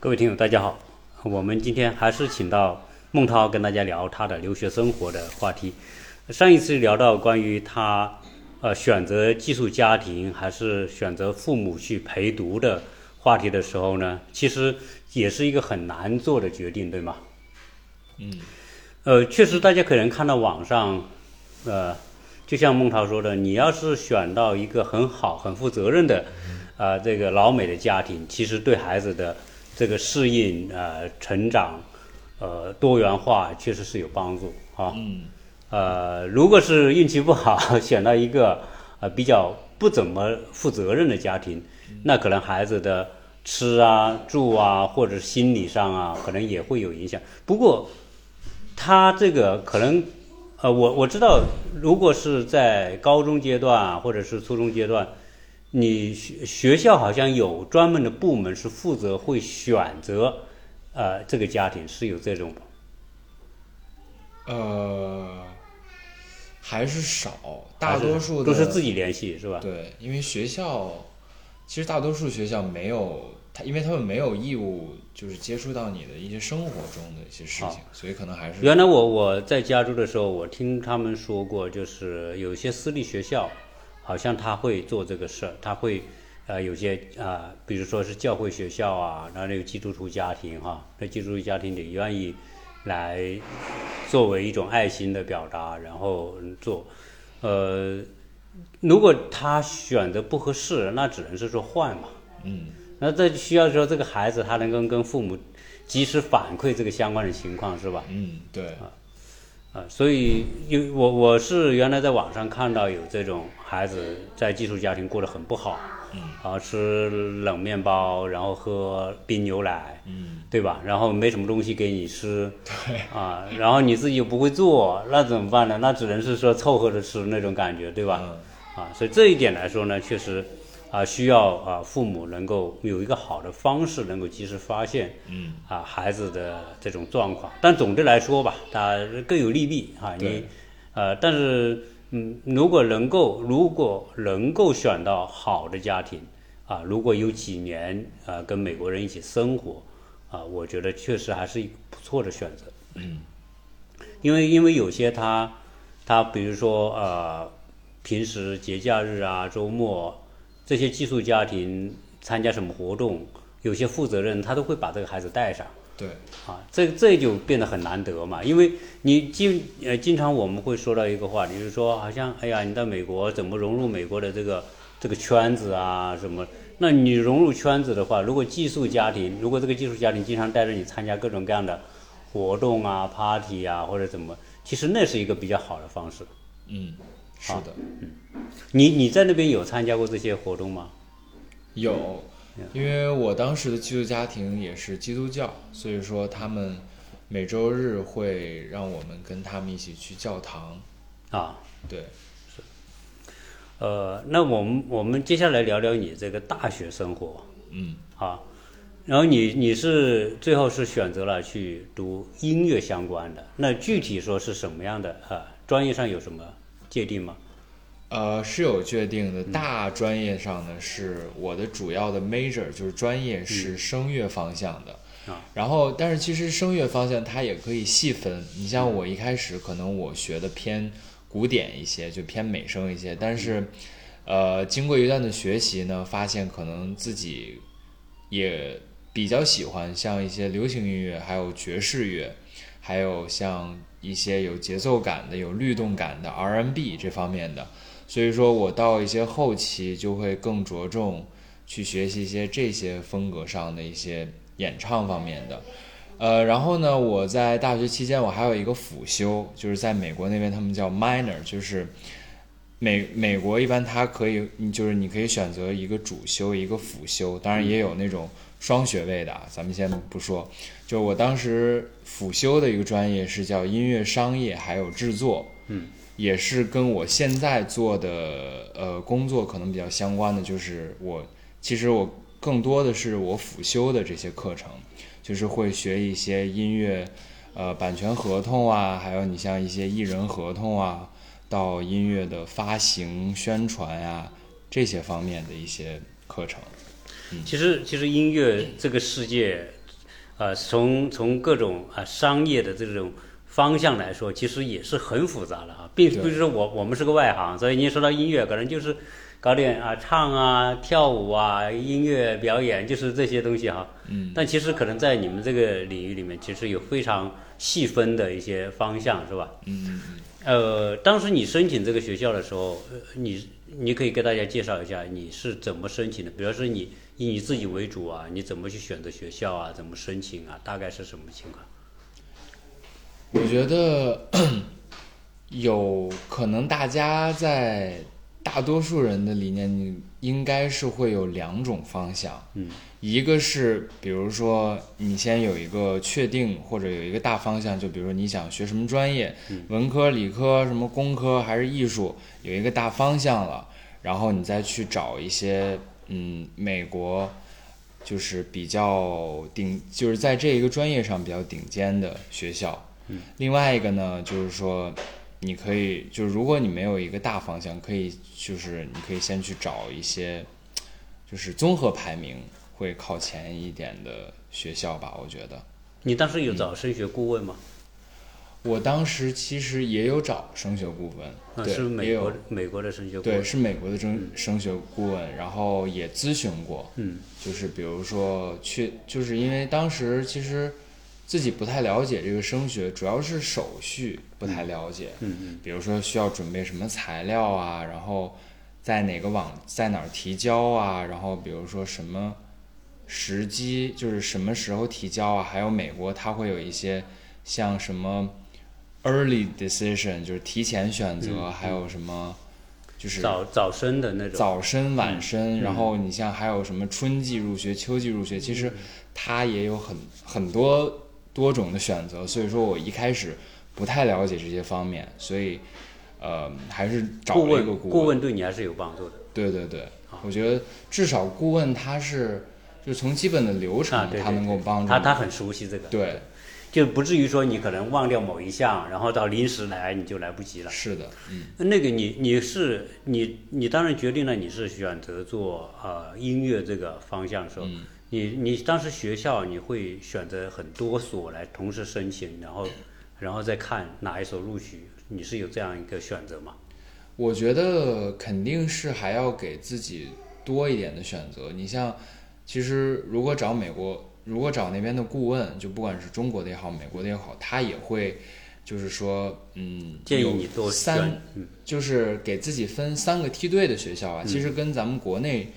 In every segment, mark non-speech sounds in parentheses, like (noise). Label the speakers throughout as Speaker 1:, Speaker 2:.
Speaker 1: 各位听友，大家好，我们今天还是请到孟涛跟大家聊他的留学生活的话题。上一次聊到关于他呃选择寄宿家庭还是选择父母去陪读的话题的时候呢，其实也是一个很难做的决定，对吗？
Speaker 2: 嗯，
Speaker 1: 呃，确实，大家可能看到网上，呃，就像孟涛说的，你要是选到一个很好、很负责任的，呃，这个老美的家庭，其实对孩子的这个适应、呃，成长，呃，多元化确实是有帮助啊。
Speaker 2: 嗯，
Speaker 1: 呃，如果是运气不好， (laughs) 选到一个呃比较不怎么负责任的家庭，那可能孩子的吃啊、住啊，或者心理上啊，可能也会有影响。不过，他这个可能，呃，我我知道，如果是在高中阶段啊，或者是初中阶段，你学学校好像有专门的部门是负责会选择，呃，这个家庭是有这种
Speaker 2: 呃，还是少，大多数
Speaker 1: 还是
Speaker 2: 的
Speaker 1: 都是自己联系是吧？
Speaker 2: 对，因为学校其实大多数学校没有他，因为他们没有义务就是接触到你的一些生活中的一些事情，所以可能还是
Speaker 1: 原来我我在加州的时候，我听他们说过，就是有些私立学校，好像他会做这个事儿，他会呃有些啊、呃比如说是教会学校啊，然后有基督徒家庭哈、那基督徒家庭里愿意来作为一种爱心的表达，然后做，呃，如果他选择不合适，那只能是说换嘛。
Speaker 2: 嗯
Speaker 1: 那这需要说这个孩子他能够跟父母及时反馈这个相关的情况是吧？
Speaker 2: 嗯对，
Speaker 1: 啊，所以有我我是原来在网上看到有这种孩子在寄宿家庭过得很不好，
Speaker 2: 嗯，
Speaker 1: 啊吃冷面包，然后喝冰牛奶，
Speaker 2: 嗯
Speaker 1: 对吧？然后没什么东西给你吃，对，啊，然后你自己又不会做，那怎么办呢？那只能是说凑合着吃那种感觉，对吧？
Speaker 2: 嗯
Speaker 1: 啊，所以这一点来说呢，确实啊需要啊父母能够有一个好的方式，能够及时发现，
Speaker 2: 嗯
Speaker 1: 啊孩子的这种状况。但总的来说吧，它各有利弊啊。你
Speaker 2: 对
Speaker 1: 呃，但是嗯，如果能够如果能够选到好的家庭啊，如果有几年啊跟美国人一起生活啊，我觉得确实还是一个不错的选择。
Speaker 2: 嗯
Speaker 1: 因为因为有些他他比如说呃，平时节假日啊、周末这些寄宿家庭参加什么活动，有些负责任他都会把这个孩子带上
Speaker 2: 对，
Speaker 1: 啊，这这就变得很难得嘛。因为你经呃经常我们会说到一个话题，就是说好像哎呀你在美国怎么融入美国的这个这个圈子啊什么。那你融入圈子的话，如果寄宿家庭，如果这个寄宿家庭经常带着你参加各种各样的活动啊、party 啊或者怎么，其实那是一个比较好的方式。
Speaker 2: 嗯是的，
Speaker 1: 你你在那边有参加过这些活动吗？
Speaker 2: 有，因为我当时的寄宿家庭也是基督教，所以说他们每周日会让我们跟他们一起去教堂，
Speaker 1: 啊，
Speaker 2: 对。
Speaker 1: 呃，那我们我们接下来聊聊你这个大学生活
Speaker 2: 嗯，
Speaker 1: 啊，然后你你是最后是选择了去读音乐相关的，那具体说是什么样的啊？专业上有什么界定吗？
Speaker 2: 呃，是有确定的。大专业上呢，是我的主要的 major，就是专业是声乐方向的。
Speaker 1: 啊
Speaker 2: 然后，但是其实声乐方向它也可以细分。你像我一开始可能我学的偏古典一些，就偏美声一些，但是，呃，经过一段的学习呢，发现可能自己也比较喜欢像一些流行音乐，还有爵士乐，还有像一些有节奏感的、有律动感的 R&B 这方面的。所以说我到一些后期就会更着重去学习一些这些风格上的一些演唱方面的。呃，然后呢，我在大学期间我还有一个辅修，就是在美国那边他们叫 minor，就是美美国一般它可以，你就是你可以选择一个主修一个辅修，当然也有那种双学位的啊，咱们先不说。就我当时辅修的一个专业是叫音乐商业还有制作，也是跟我现在做的呃工作可能比较相关的，就是我其实我更多的是我辅修的这些课程，就是会学一些音乐，呃版权合同啊，还有你像一些艺人合同啊，到音乐的发行、宣传呀、这些方面的一些课程。
Speaker 1: 其实，其实音乐这个世界呃，从从各种啊、商业的这种方向来说，其实也是很复杂的啊，并
Speaker 2: 对
Speaker 1: 不是说我我们是个外行，所以您说到音乐，可能就是搞点啊唱啊、跳舞啊、音乐表演，就是这些东西哈、
Speaker 2: 嗯，
Speaker 1: 但其实可能在你们这个领域里面，其实有非常细分的一些方向，是吧？
Speaker 2: 嗯，
Speaker 1: 呃，当时你申请这个学校的时候，呃你你可以给大家介绍一下你是怎么申请的，比如说你以你自己为主啊，你怎么去选择学校啊，怎么申请啊，大概是什么情况？
Speaker 2: 我觉得嗯有可能大家在大多数人的理念里，应该是会有两种方向，
Speaker 1: 嗯，
Speaker 2: 一个是比如说你先有一个确定或者有一个大方向，就比如说你想学什么专业，文科、理科、什么工科还是艺术，有一个大方向了，然后你再去找一些嗯美国。就是比较顶，就是在这一个专业上比较顶尖的学校。嗯，另外一个呢，就是说，你可以就是如果你没有一个大方向，可以就是你可以先去找一些，就是综合排名会靠前一点的学校吧。我觉得
Speaker 1: 你当时有
Speaker 2: 嗯
Speaker 1: 找升学顾问吗？
Speaker 2: 我当时其实也有找升学顾问，
Speaker 1: 啊，
Speaker 2: 对，
Speaker 1: 是
Speaker 2: 也
Speaker 1: 美
Speaker 2: 有
Speaker 1: 国美国的升学顾
Speaker 2: 对，
Speaker 1: 问。
Speaker 2: 是美国的升升学顾问，然后也咨询过，
Speaker 1: 嗯，
Speaker 2: 就是比如说去，就是因为当时其实自己不太了解这个升学，主要是手续不太了解，
Speaker 1: 嗯嗯
Speaker 2: 比如说需要准备什么材料啊，然后在哪个网在哪儿提交啊，然后比如说什么时机，就是什么时候提交啊，还有美国它会有一些像什么 early decision，就是提前选择，还有什么就是
Speaker 1: 嗯早早升的那种。嗯
Speaker 2: 早申晚申，然后你像还有什么春季入学、秋季入学，其实它也有很很多多种的选择，所以说我一开始不太了解这些方面，所以呃还是找
Speaker 1: 顾
Speaker 2: 了一
Speaker 1: 问
Speaker 2: 个
Speaker 1: 顾问对你还是有帮助的。
Speaker 2: 对对对，我觉得至少顾问他是就是从基本的流程，
Speaker 1: 啊对对
Speaker 2: 他能够帮助
Speaker 1: 他
Speaker 2: 你
Speaker 1: 他很熟悉这个，
Speaker 2: 对，
Speaker 1: 就不至于说你可能忘掉某一项，然后到临时来你就来不及了。
Speaker 2: 是的，嗯，
Speaker 1: 那个你你是你你当然决定了你是选择做呃音乐这个方向的时候，
Speaker 2: 嗯
Speaker 1: 你你当时学校你会选择很多所来同时申请，然
Speaker 2: 嗯
Speaker 1: 后然后再看哪一所录取，你是有这样一个选择吗？
Speaker 2: 我觉得肯定是还要给自己多一点的选择。你像，其实如果找美国，如果找那边的顾问，就不管是中国的也好，美国的也好，他也会就是说，嗯，
Speaker 1: 建议
Speaker 2: 有
Speaker 1: 你多
Speaker 2: 三
Speaker 1: 选，嗯
Speaker 2: 就是给自己分三个梯队的学校啊。其实跟咱们国内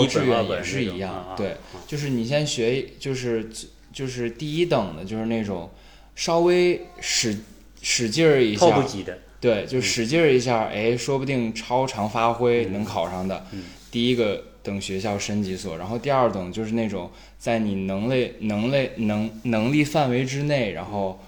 Speaker 1: 嗯一本
Speaker 2: 志
Speaker 1: 二
Speaker 2: 愿
Speaker 1: 本
Speaker 2: 也是
Speaker 1: 那种
Speaker 2: 一样，
Speaker 1: 啊啊
Speaker 2: 对，就是你先学，就是就是第一等的，就是那种稍微使使劲儿一下，
Speaker 1: 迫不及的，
Speaker 2: 对，
Speaker 1: 嗯
Speaker 2: 就使劲儿一下，哎，说不定超常发挥能考上的。
Speaker 1: 嗯
Speaker 2: 第一个等学校升级所，然后第二等就是那种在你能力、能力、能能力范围之内，然后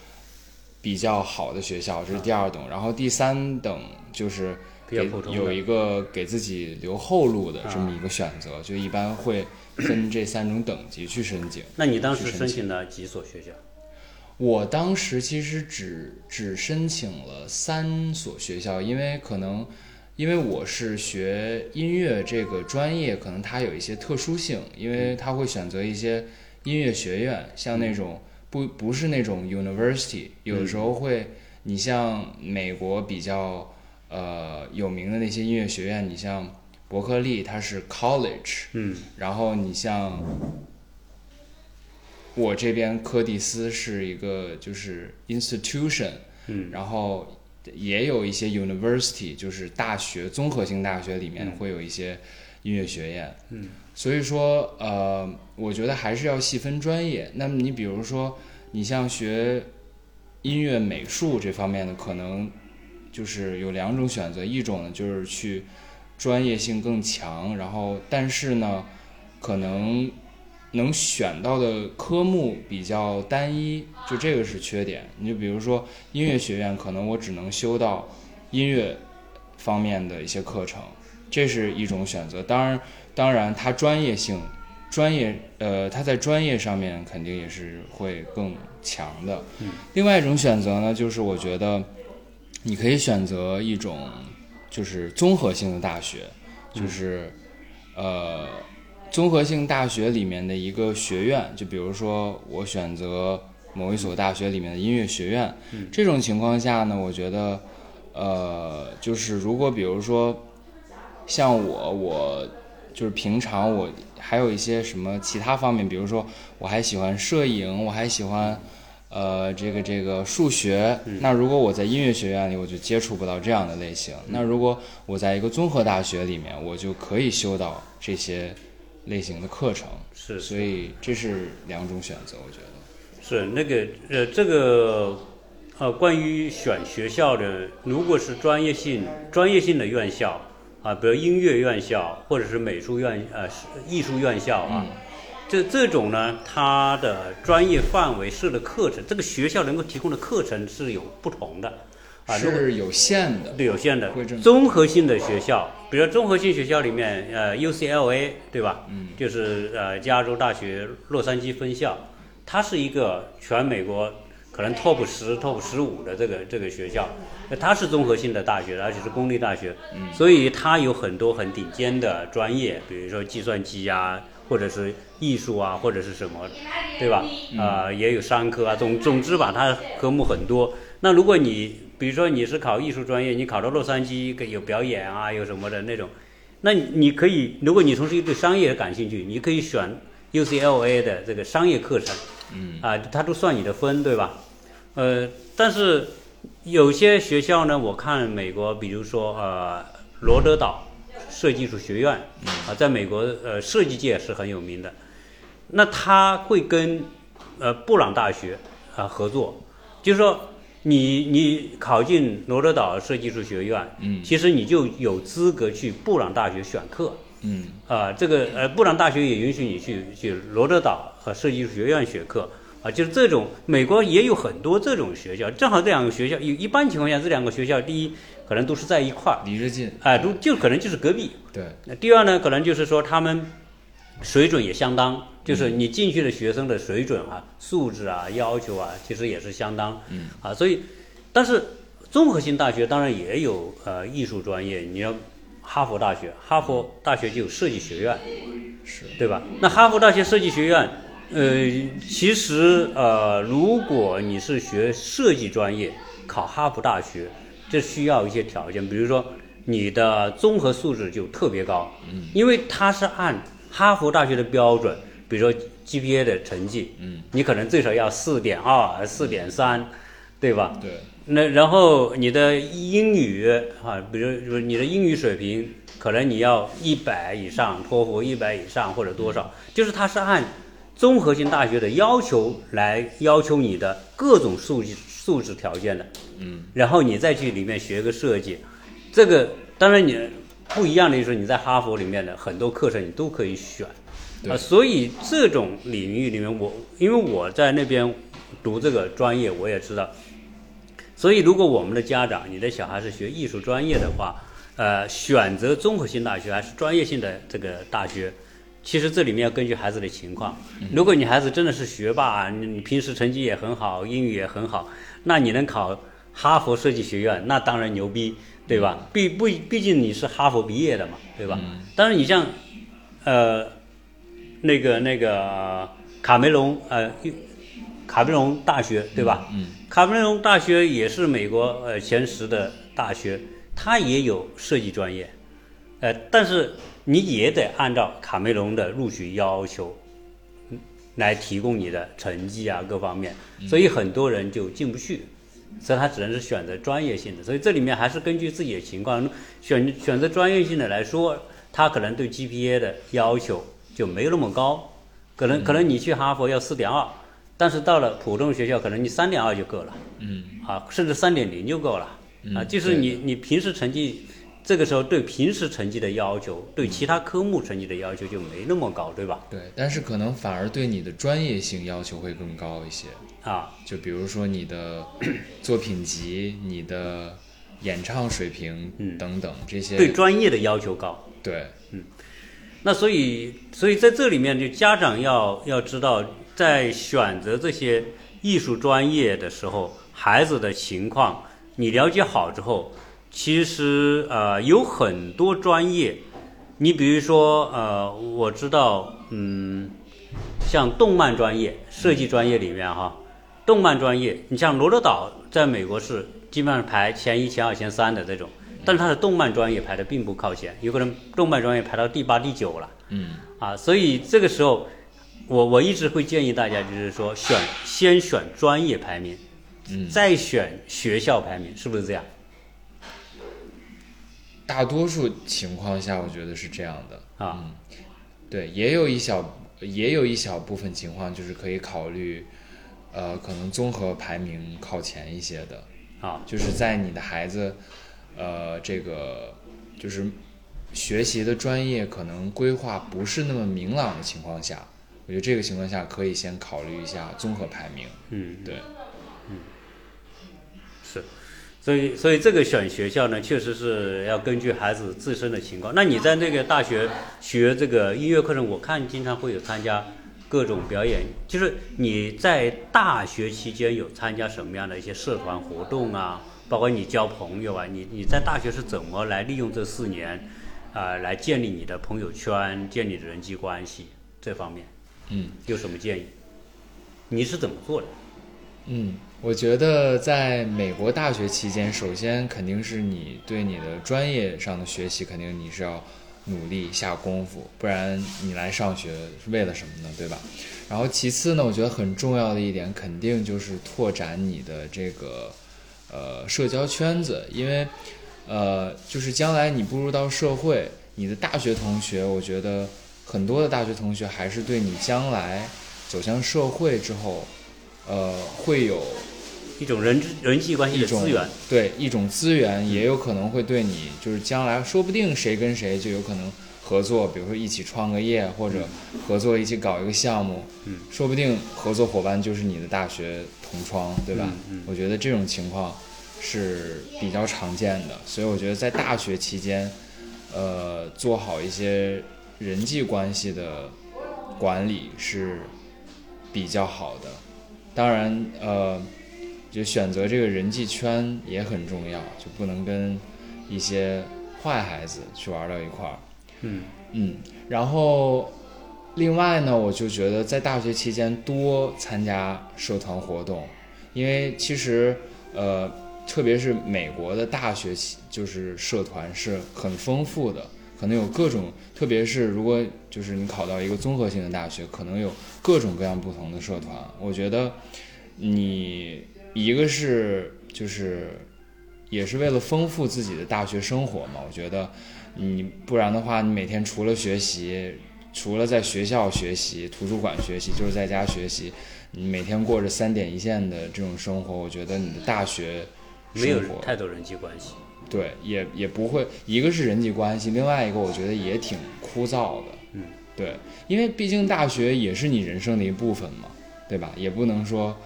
Speaker 2: 比较好的学校，这是第二等。然后第三等就是
Speaker 1: 嗯比较
Speaker 2: 给
Speaker 1: 普通的啊
Speaker 2: 有一个给自己留后路的这么一个选择，就一般会分这三种等级去申请。
Speaker 1: 那你当时
Speaker 2: 去
Speaker 1: 申
Speaker 2: 申
Speaker 1: 请了几所学校？
Speaker 2: 我当时其实只只申请了三所学校，因为可能，因为我是学音乐这个专业，可能它有一些特殊性，因为它会选择一些音乐学院，像那种不不是那种 university，有的时候会，你像美国比较呃有名的那些音乐学院，你像伯克利，它是 college，
Speaker 1: 嗯，
Speaker 2: 然后你像我这边柯蒂斯是一个就是 institution，
Speaker 1: 嗯，
Speaker 2: 然后也有一些 university，就是大学综合性大学里面会有一些音乐学院，嗯，所以说呃，我觉得还是要细分专业。那么你比如说，你像学音乐美术这方面的，可能就是有两种选择，一种呢就是去专业性更强，然后但是呢，可能能选到的科目比较单一，就这个是缺点。你就比如说音乐学院，可能我只能修到音乐方面的一些课程，这是一种选择。当然，当然它专业性。专业，呃，它在专业上面肯定也是会更强的。
Speaker 1: 嗯、
Speaker 2: 另外一种选择呢，就是我觉得你可以选择一种就是综合性的大学，就是、呃，综合性大学里面的一个学院，就比如说我选择某一所大学里面的音乐学院，这种情况下呢，我觉得，呃，就是如果比如说像我，我就是平常我还有一些什么其他方面，比如说我还喜欢摄影，我还喜欢。呃，这个这个数学，那如果我在音乐学院里，我就接触不到这样的类型。那如果我在一个综合大学里面，我就可以修到这些类型的课程。
Speaker 1: 是
Speaker 2: 所以这是两种选择，我觉得。
Speaker 1: 是那个呃，这个呃，关于选学校的，如果是专业性专业性的院校啊，比如音乐院校或者是美术院呃是艺术院校啊，这这种呢，它的专业范围设的课程，这个学校能够提供的课程是有不同的啊。如果
Speaker 2: 是有限的，
Speaker 1: 对有限的
Speaker 2: 会这么
Speaker 1: 综合性的学校，比如说综合性学校里面，呃，UCLA 对吧？嗯，就是呃加州大学洛杉矶分校，它是一个全美国可能 top 十、top 十五的这个这个学校，呃它是综合性的大学，而且是公立大学，嗯，所以它有很多很顶尖的专业，比如说计算机啊，或者是艺术啊，或者是什么，对吧？
Speaker 2: 嗯
Speaker 1: 啊、也有商科啊，总总之吧，它科目很多。那如果你比如说你是考艺术专业，你考到洛杉矶有表演啊，有什么的那种，那你你可以，如果你同时又对商业感兴趣，你可以选 UCLA 的这个商业课程，嗯，啊，它都算你的分，对吧？呃，但是有些学校呢，我看美国，比如说呃罗德岛设计艺术学院，啊，在美国呃设计界是很有名的，那他会跟呃布朗大学啊、合作，就是说你你考进罗德岛设计艺术学院，嗯，其实你就有资格去布朗大学选课，
Speaker 2: 嗯，
Speaker 1: 啊、这个呃，布朗大学也允许你去去罗德岛和设计学院学课啊、就是这种美国也有很多这种学校，正好这两个学校，一一般情况下这两个学校，第一可能都是在一块儿，
Speaker 2: 离着近。
Speaker 1: 哎、都就可能就是隔壁。
Speaker 2: 对，
Speaker 1: 那第二呢，可能就是说他们水准也相当，就是你进去的学生的水准啊、素质啊、要求啊，其实也是相当。嗯，啊，所以，但是综合性大学当然也有呃艺术专业，你要哈佛大学，哈佛大学就有设计学院，
Speaker 2: 是
Speaker 1: 对吧？那哈佛大学设计学院，呃，其实呃，如果你是学设计专业，考哈佛大学，这需要一些条件，比如说你的综合素质就特别高，嗯，因为它是按哈佛大学的标准，比如说 GPA 的成绩，嗯，你可能最少要四点二、四点三，对吧？
Speaker 2: 对，
Speaker 1: 那然后你的英语啊，比如比如你的英语水平，可能你要一百以上，托福一百以上或者多少，就是它是按综合性大学的要求来要求你的各种素质素质条件的。嗯，然后你再去里面学个设计，这个当然你不一样的就是你在哈佛里面的很多课程你都可以选。
Speaker 2: 对
Speaker 1: 啊，所以这种领域里面我，因为我在那边读这个专业，我也知道，所以，如果我们的家长，你的小孩是学艺术专业的话，呃，选择综合性大学还是专业性的这个大学，其实这里面要根据孩子的情况。如果你孩子真的是学霸，你你平时成绩也很好，英语也很好，那你能考哈佛设计学院，那当然牛逼，对吧？毕不毕竟你是哈佛毕业的嘛，对吧？但是你像，呃，那个那个卡梅隆，呃，卡梅隆大学，对吧？嗯，卡梅隆大学也是美国呃前十的大学，它也有设计专业，呃，但是你也得按照卡梅隆的录取要求，嗯来提供你的成绩啊各方面，所以很多人就进不去。所以他只能是选择专业性的，所以这里面还是根据自己的情况选选择专业性的来说，他可能对 GPA 的要求就没有那么高，可能可能你去哈佛要四点二，但是到了普通学校，可能你三点二就够了，嗯，啊，甚至三点零就够了，啊，就是你你平时成绩，这个时候对平时成绩的要求，对其他科目成绩的要求就没那么高，对吧？
Speaker 2: 对，但是可能反而对你的专业性要求会更高一些。
Speaker 1: 啊，
Speaker 2: 就比如说你的作品集、你的演唱水平等等、这些，
Speaker 1: 嗯对专业的要求高，
Speaker 2: 对
Speaker 1: 那所以，所以在这里面，就家长要要知道，在选择这些艺术专业的时候，孩子的情况你了解好之后，其实呃有很多专业，你比如说，呃，我知道，嗯，像动漫专业、设计专业里面哈，动漫专业，你像罗德岛在美国是基本上排前一、前二、前三的这种，但是它的动漫专业排的并不靠前，有可能动漫专业排到第八、第九了。
Speaker 2: 嗯
Speaker 1: 啊，所以这个时候，我我一直会建议大家，就是说选先选专业排名，
Speaker 2: 嗯，
Speaker 1: 再选学校排名，是不是这样？
Speaker 2: 大多数情况下我觉得是这样的。
Speaker 1: 啊，
Speaker 2: 对，也有一小也有一小部分情况就是可以考虑，呃，可能综合排名靠前一些的，
Speaker 1: 啊，
Speaker 2: 就是在你的孩子，呃，这个就是学习的专业可能规划不是那么明朗的情况下，我觉得这个情况下可以先考虑一下综合排名。
Speaker 1: 嗯，
Speaker 2: 对，
Speaker 1: 是，所以所以这个选学校呢，确实是要根据孩子自身的情况。那你在那个大学学这个音乐课程，我看经常会有参加各种表演，就是你在大学期间有参加什么样的一些社团活动啊，包括你交朋友啊，你你在大学是怎么来利用这四年，啊、来建立你的朋友圈，建立人际关系这方面
Speaker 2: 嗯。
Speaker 1: 有什么建议？你是怎么做的？
Speaker 2: 嗯，我觉得在美国大学期间，首先肯定是你对你的专业上的学习，肯定你是要努力下功夫，不然你来上学是为了什么呢？对吧？然后其次呢，我觉得很重要的一点，肯定就是拓展你的这个呃社交圈子，因为呃，就是将来你步入到社会，你的大学同学，我觉得很多的大学同学还是对你将来走向社会之后。呃，会有
Speaker 1: 一种人之人际关系
Speaker 2: 一
Speaker 1: 的
Speaker 2: 种
Speaker 1: 资源。
Speaker 2: 对一种资源，也有可能会对你，就是将来说不定谁跟谁就有可能合作，比如说一起创个业，或者合作一起搞一个项目，
Speaker 1: 嗯，
Speaker 2: 说不定合作伙伴就是你的大学同窗，对吧？
Speaker 1: 嗯嗯
Speaker 2: 我觉得这种情况是比较常见的，所以我觉得在大学期间，呃，做好一些人际关系的管理是比较好的。当然，呃，就选择这个人际圈也很重要，就不能跟一些坏孩子去玩到一块儿。
Speaker 1: 嗯
Speaker 2: 嗯，然后另外呢，我就觉得在大学期间多参加社团活动，因为其实呃，特别是美国的大学期就是社团是很丰富的，可能有各种，特别是如果就是你考到一个综合性的大学，可能有各种各样不同的社团。我觉得你一个是就是也是为了丰富自己的大学生活嘛，我觉得。你不然的话，你每天除了学习，除了在学校学习、图书馆学习，就是在家学习，你每天过着三点一线的这种生活，我觉得你的大学
Speaker 1: 没有
Speaker 2: 生活
Speaker 1: 太多人际关系。
Speaker 2: 对也也不会，一个是人际关系，另外一个我觉得也挺枯燥的，
Speaker 1: 嗯，
Speaker 2: 对，因为毕竟大学也是你人生的一部分嘛，对吧？也不能说，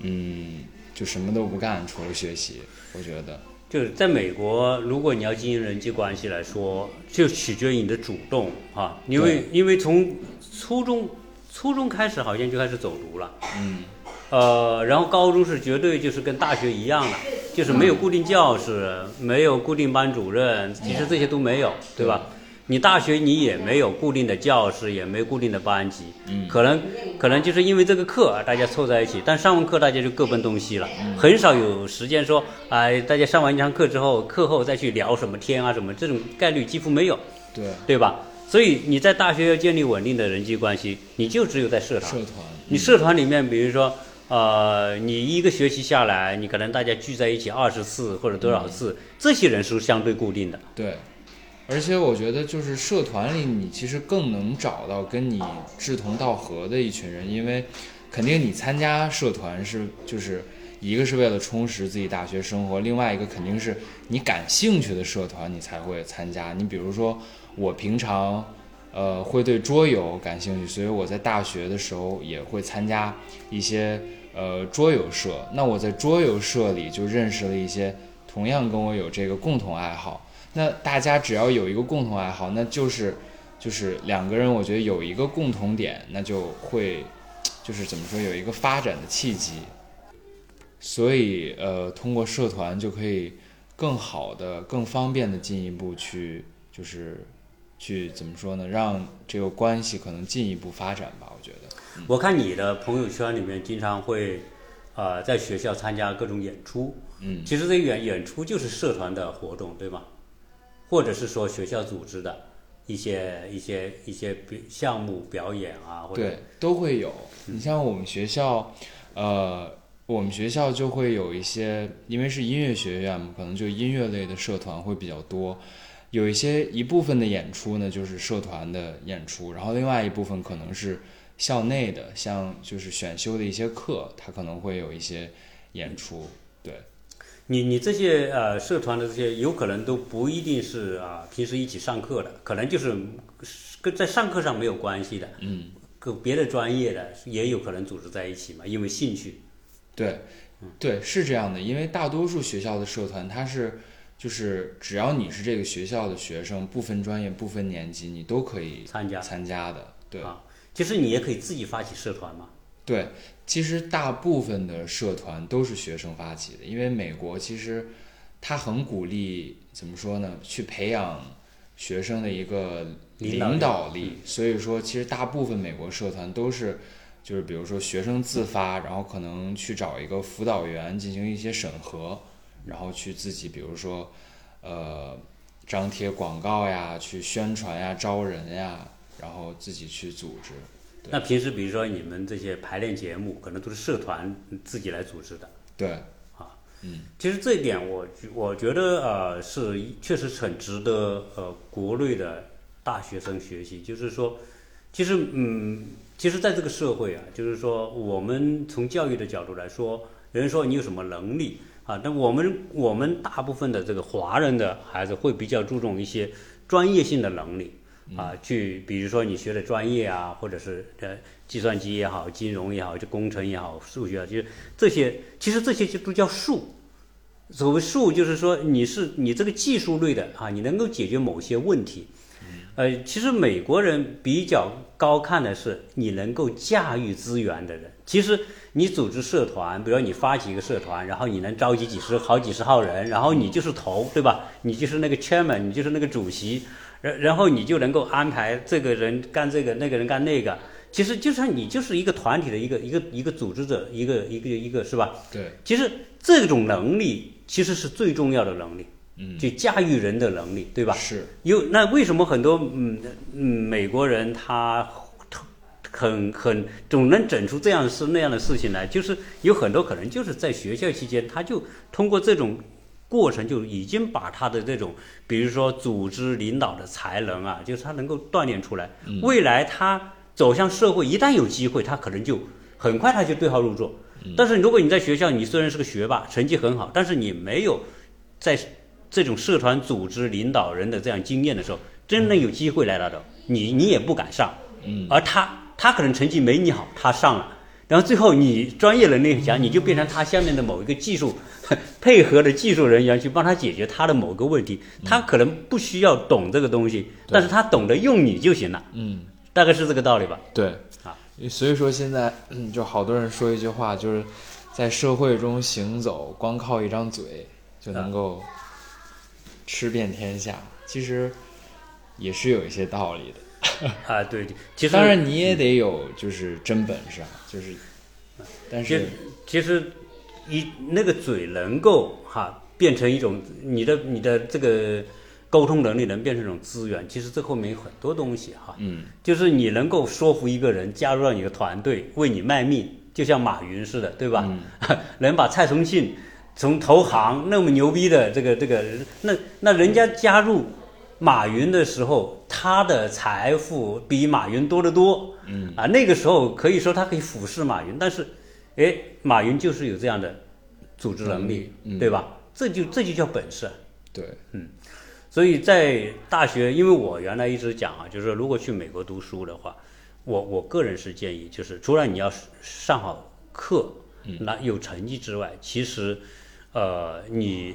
Speaker 2: 嗯，就什么都不干，除了学习，我觉得，
Speaker 1: 就是在美国，如果你要经营人际关系来说，就取决于你的主动啊，因为因为从初中初中开始好像就开始走读了，
Speaker 2: 嗯
Speaker 1: 呃，然后高中是绝对就是跟大学一样的，就是没有固定教室，没有固定班主任，其实这些都没有，对吧？你大学你也没有固定的教室，也没固定的班级，
Speaker 2: 嗯
Speaker 1: 可能可能就是因为这个课啊大家凑在一起，但上完课大家就各奔东西了，很少有时间说，哎、大家上完一堂课之后，课后再去聊什么天啊什么，这种概率几乎没有，
Speaker 2: 对，
Speaker 1: 对吧？所以你在大学要建立稳定的人际关系，你就只有在社团
Speaker 2: 社。团，
Speaker 1: 你社团里面，比如说，呃，你一个学期下来，你可能大家聚在一起二十次或者多少次，这些人是相对固定的。
Speaker 2: 对，而且我觉得就是社团里，你其实更能找到跟你志同道合的一群人，因为肯定你参加社团是就是一个是为了充实自己大学生活，另外一个肯定是你感兴趣的社团你才会参加。你比如说我平常。呃，会对桌游感兴趣，所以我在大学的时候也会参加一些呃桌游社。那我在桌游社里就认识了一些同样跟我有这个共同爱好，那大家只要有一个共同爱好，那就是就是两个人，我觉得有一个共同点，那就会就是怎么说有一个发展的契机。所以呃，通过社团就可以更好的、更方便的进一步去就是去怎么说呢，让这个关系可能进一步发展吧。我觉得，
Speaker 1: 我看你的朋友圈里面经常会，呃，在学校参加各种演出。
Speaker 2: 嗯，
Speaker 1: 其实这演演出就是社团的活动，对吗？或者是说学校组织的一些一些一些比项目表演啊，或者
Speaker 2: 对，都会有。你像我们学校，呃，我们学校就会有一些，因为是音乐学院嘛，可能就音乐类的社团会比较多。有一些一部分的演出呢，就是社团的演出，然后另外一部分可能是校内的，像就是选修的一些课，它可能会有一些演出。对，
Speaker 1: 你你这些呃社团的这些，有可能都不一定是啊、平时一起上课的，可能就是跟在上课上没有关系的，
Speaker 2: 嗯，
Speaker 1: 跟别的专业的也有可能组织在一起嘛，因为兴趣。
Speaker 2: 对，
Speaker 1: 嗯
Speaker 2: 对，是这样的，因为大多数学校的社团，它是就是只要你是这个学校的学生，不分专业、不分年级，你都可以
Speaker 1: 参加
Speaker 2: 参加的。对
Speaker 1: 啊，其实你也可以自己发起社团嘛。
Speaker 2: 对，其实大部分的社团都是学生发起的，因为美国其实它很鼓励怎么说呢，去培养学生的一个
Speaker 1: 领导力嗯
Speaker 2: 领导力，所以说其实大部分美国社团都是。就是比如说学生自发，然后可能去找一个辅导员进行一些审核，然后去自己比如说，呃，张贴广告呀，去宣传呀，招人呀，然后自己去组织。对
Speaker 1: 那平时比如说你们这些排练节目，可能都是社团自己来组织的。
Speaker 2: 对，
Speaker 1: 其实这一点我觉我觉得呃是确实很值得呃国内的大学生学习，就是说，其实嗯，其实在这个社会啊，就是说我们从教育的角度来说，有人说你有什么能力啊，但我们我们大部分的这个华人的孩子会比较注重一些专业性的能力。啊，去比如说你学的专业啊，或者是呃计算机也好，金融也好，就工程也好，数学啊，就是这些，其实这些就都叫术，所谓术，就是说你是你这个技术类的啊，你能够解决某些问题。呃，其实美国人比较高看的是你能够驾驭资源的人。其实你组织社团，比如你发起一个社团，然后你能召集几十好几十号人，然后你就是头，对吧？你就是那个 chairman，你就是那个主席，然然后你就能够安排这个人干这个，那个人干那个。其实就像你就是一个团体的一个一个一个组织者，一个一个一个是吧？
Speaker 2: 对，
Speaker 1: 其实这种能力其实是最重要的能力，
Speaker 2: 嗯，
Speaker 1: 就驾驭人的能力，对吧？
Speaker 2: 是。
Speaker 1: 有那为什么很多嗯嗯美国人他很很总能整出这样的事那样的事情来？就是有很多可能就是在学校期间，他就通过这种过程就已经把他的这种，比如说组织领导的才能啊，就是他能够锻炼出来。未来他走向社会，一旦有机会，他可能就很快他就对号入座。但是如果你在学校，你虽然是个学霸，成绩很好，但是你没有在这种社团组织领导人的这样经验的时候，真的有机会来了的，你你也不敢上，嗯，而他他可能成绩没你好，他上了，然后最后你专业能力很强，你就变成他下面的某一个技术配合的技术人员去帮他解决他的某个问题，
Speaker 2: 嗯
Speaker 1: 他可能不需要懂这个东西，但是他懂得用你就行了，
Speaker 2: 嗯，
Speaker 1: 大概是这个道理吧。
Speaker 2: 对
Speaker 1: 啊，
Speaker 2: 所以说现在嗯就好多人说一句话，就是在社会中行走，光靠一张嘴就能够吃遍天下，其实也是有一些道理的。嗯
Speaker 1: 啊，对，其实
Speaker 2: 当然你也得有就是真本事啊，就是，但
Speaker 1: 其实
Speaker 2: 是
Speaker 1: 其实一那个嘴能够哈、变成一种你的你的这个沟通能力能变成一种资源，其实这后面有很多东西哈、
Speaker 2: 嗯，
Speaker 1: 就是你能够说服一个人加入到你的团队，为你卖命，就像马云似的，对吧？ (laughs) 能把蔡崇信从投行那么牛逼的这个这个人，那那人家加入马云的时候，他的财富比马云多得多。嗯啊，那个时候可以说他可以俯视马云，但是，哎，马云就是有这样的组织能力，对吧？这就这就叫本事。啊
Speaker 2: 对，
Speaker 1: 所以在大学，因为我原来一直讲啊，就是说如果去美国读书的话，我我个人是建议，就是除了你要上好课，那有成绩之外，其实，呃，你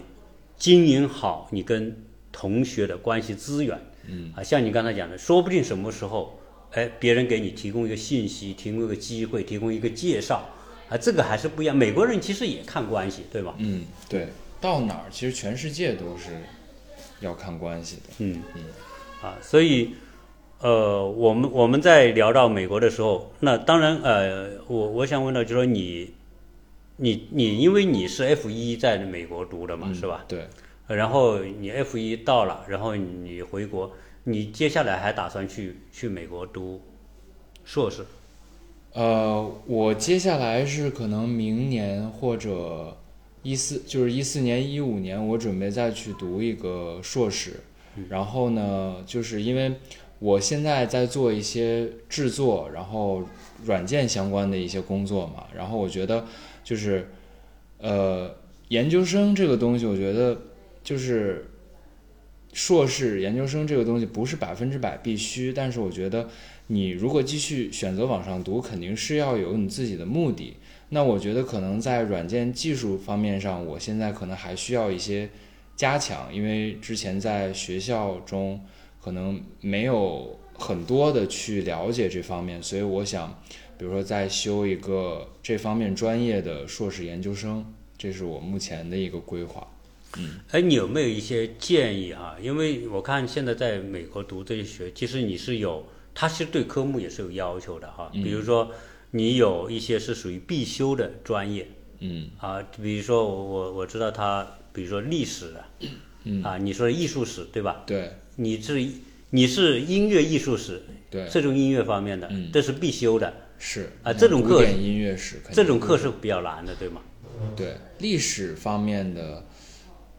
Speaker 1: 经营好你跟同学的关系资源，嗯，啊，像你刚才讲的，说不定什么时候，哎，别人给你提供一个信息，提供一个机会，提供一个介绍，啊，这个还是不一样。美国人其实也看关系，对吧？
Speaker 2: 嗯，对，到哪儿其实全世界都是要看关系的。
Speaker 1: 嗯，啊，所以呃，我们我们在聊到美国的时候，那当然呃，我我想问到就是说你你你因为你是 F 一在美国读的嘛，是吧？
Speaker 2: 嗯对，
Speaker 1: 然后你 F 一到了，然后你回国，你接下来还打算去去美国读硕士？
Speaker 2: 呃，我接下来是可能明年或者一四，就是一四年、一五年，我准备再去读一个硕士。然后呢，就是因为我现在在做一些制作，然后软件相关的一些工作嘛。然后我觉得就是，呃，研究生这个东西，我觉得就是硕士、研究生这个东西不是百分之百必须，但是我觉得你如果继续选择往上读，肯定是要有你自己的目的。那我觉得可能在软件技术方面上，我现在可能还需要一些加强，因为之前在学校中可能没有很多的去了解这方面，所以我想，比如说再修一个这方面专业的硕士研究生，这是我目前的一个规划。
Speaker 1: 哎，你有没有一些建议啊？因为我看现在在美国读这些学，其实你是有，它是对科目也是有要求的哈。比如说，你有一些是属于必修的专业
Speaker 2: 嗯
Speaker 1: 啊，比如说我我我知道它，比如说历史
Speaker 2: (clears throat)
Speaker 1: 的，
Speaker 2: 嗯
Speaker 1: 啊，你说艺术史对吧？，
Speaker 2: 对
Speaker 1: 你是你是音乐艺术史，
Speaker 2: 对
Speaker 1: 这种音乐方面的，这是必修的，
Speaker 2: 是
Speaker 1: 啊这种
Speaker 2: 古
Speaker 1: 课
Speaker 2: 典音乐史肯定
Speaker 1: 这种课是比较难的，对吗？
Speaker 2: 对历史方面的，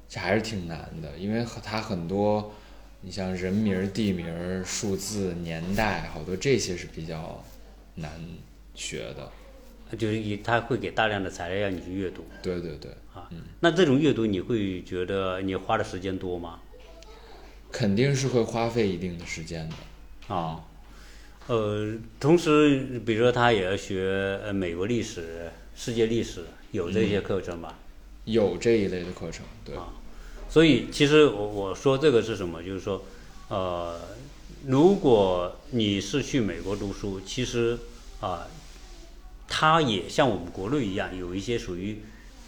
Speaker 2: 这还是挺难的，因为和它很多，你像人名儿、地名儿、数字、年代，好多这些是比较难学的。
Speaker 1: 就是你他会给大量的材料让你去阅读。
Speaker 2: 对对对，
Speaker 1: 啊，那这种阅读你会觉得你花的时间多吗？
Speaker 2: 肯定是会花费一定的时间的。哦
Speaker 1: 啊，呃，同时，比如说他也要学呃美国历史、世界历史，有这
Speaker 2: 嗯
Speaker 1: 些课程吧？
Speaker 2: 有这一类的课程，对，
Speaker 1: 啊所以其实我我说这个是什么，就是说，呃，如果你是去美国读书，其实啊、它也像我们国内一样，有一些属于